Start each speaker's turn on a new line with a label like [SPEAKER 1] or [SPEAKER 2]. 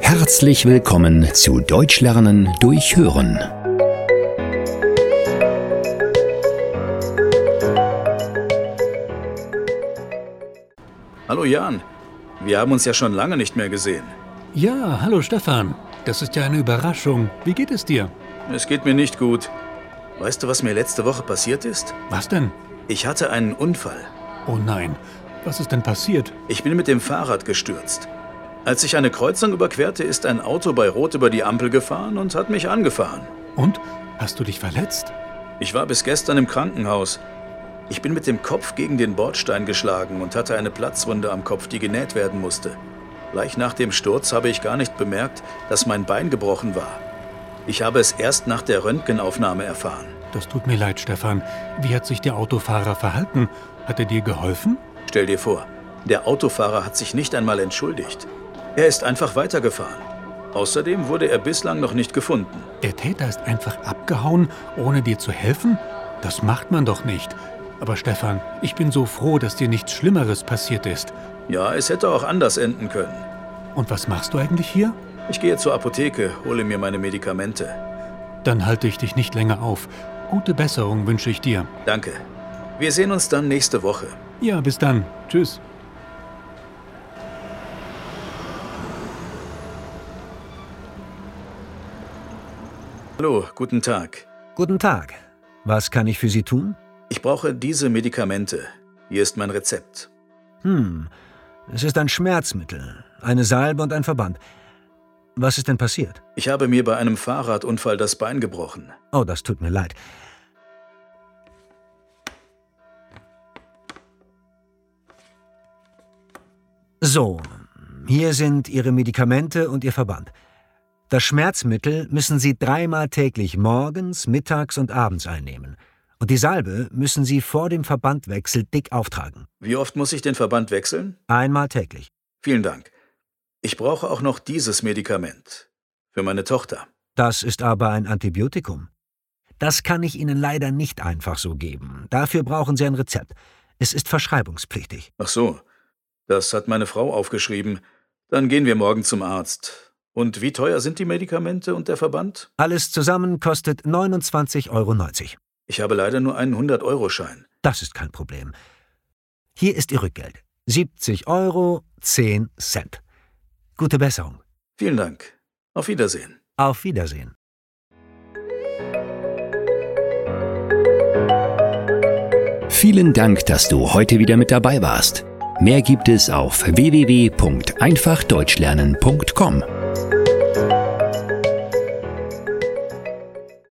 [SPEAKER 1] Herzlich willkommen zu Deutsch lernen durch Hören.
[SPEAKER 2] Hallo Jan, wir haben uns ja schon lange nicht mehr gesehen.
[SPEAKER 3] Ja, hallo Stefan. Das ist ja eine Überraschung. Wie geht es dir?
[SPEAKER 2] Es geht mir nicht gut. Weißt du, was mir letzte Woche passiert ist?
[SPEAKER 3] Was denn?
[SPEAKER 2] Ich hatte einen Unfall.
[SPEAKER 3] Oh nein, was ist denn passiert?
[SPEAKER 2] Ich bin mit dem Fahrrad gestürzt. Als ich eine Kreuzung überquerte, ist ein Auto bei Rot über die Ampel gefahren und hat mich angefahren.
[SPEAKER 3] Und? Hast du dich verletzt?
[SPEAKER 2] Ich war bis gestern im Krankenhaus. Ich bin mit dem Kopf gegen den Bordstein geschlagen und hatte eine Platzwunde am Kopf, die genäht werden musste. Gleich nach dem Sturz habe ich gar nicht bemerkt, dass mein Bein gebrochen war. Ich habe es erst nach der Röntgenaufnahme erfahren.
[SPEAKER 3] Das tut mir leid, Stefan. Wie hat sich der Autofahrer verhalten? Hat er dir geholfen?
[SPEAKER 2] Stell dir vor, der Autofahrer hat sich nicht einmal entschuldigt. Er ist einfach weitergefahren. Außerdem wurde er bislang noch nicht gefunden.
[SPEAKER 3] Der Täter ist einfach abgehauen, ohne dir zu helfen? Das macht man doch nicht. Aber Stefan, ich bin so froh, dass dir nichts Schlimmeres passiert ist.
[SPEAKER 2] Ja, es hätte auch anders enden können.
[SPEAKER 3] Und was machst du eigentlich hier?
[SPEAKER 2] Ich gehe zur Apotheke, hole mir meine Medikamente.
[SPEAKER 3] Dann halte ich dich nicht länger auf. Gute Besserung wünsche ich dir.
[SPEAKER 2] Danke. Wir sehen uns dann nächste Woche.
[SPEAKER 3] Ja, bis dann. Tschüss.
[SPEAKER 2] Hallo, guten Tag.
[SPEAKER 4] Guten Tag. Was kann ich für Sie tun?
[SPEAKER 2] Ich brauche diese Medikamente. Hier ist mein Rezept.
[SPEAKER 4] Hm, es ist ein Schmerzmittel, eine Salbe und ein Verband. Was ist denn passiert?
[SPEAKER 2] Ich habe mir bei einem Fahrradunfall das Bein gebrochen.
[SPEAKER 4] Oh, das tut mir leid. So, hier sind Ihre Medikamente und Ihr Verband. Das Schmerzmittel müssen Sie dreimal täglich morgens, mittags und abends einnehmen. Und die Salbe müssen Sie vor dem Verbandwechsel dick auftragen.
[SPEAKER 2] Wie oft muss ich den Verband wechseln?
[SPEAKER 4] Einmal täglich.
[SPEAKER 2] Vielen Dank. Ich brauche auch noch dieses Medikament. Für meine Tochter.
[SPEAKER 4] Das ist aber ein Antibiotikum. Das kann ich Ihnen leider nicht einfach so geben. Dafür brauchen Sie ein Rezept. Es ist verschreibungspflichtig.
[SPEAKER 2] Ach so. Das hat meine Frau aufgeschrieben. Dann gehen wir morgen zum Arzt. Und wie teuer sind die Medikamente und der Verband?
[SPEAKER 4] Alles zusammen kostet 29,90 Euro.
[SPEAKER 2] Ich habe leider nur einen 100-Euro-Schein.
[SPEAKER 4] Das ist kein Problem. Hier ist Ihr Rückgeld. 70 Euro 10 Cent. Gute Besserung.
[SPEAKER 2] Vielen Dank. Auf Wiedersehen.
[SPEAKER 4] Auf Wiedersehen.
[SPEAKER 1] Vielen Dank, dass du heute wieder mit dabei warst. Mehr gibt es auf www.einfachdeutschlernen.com.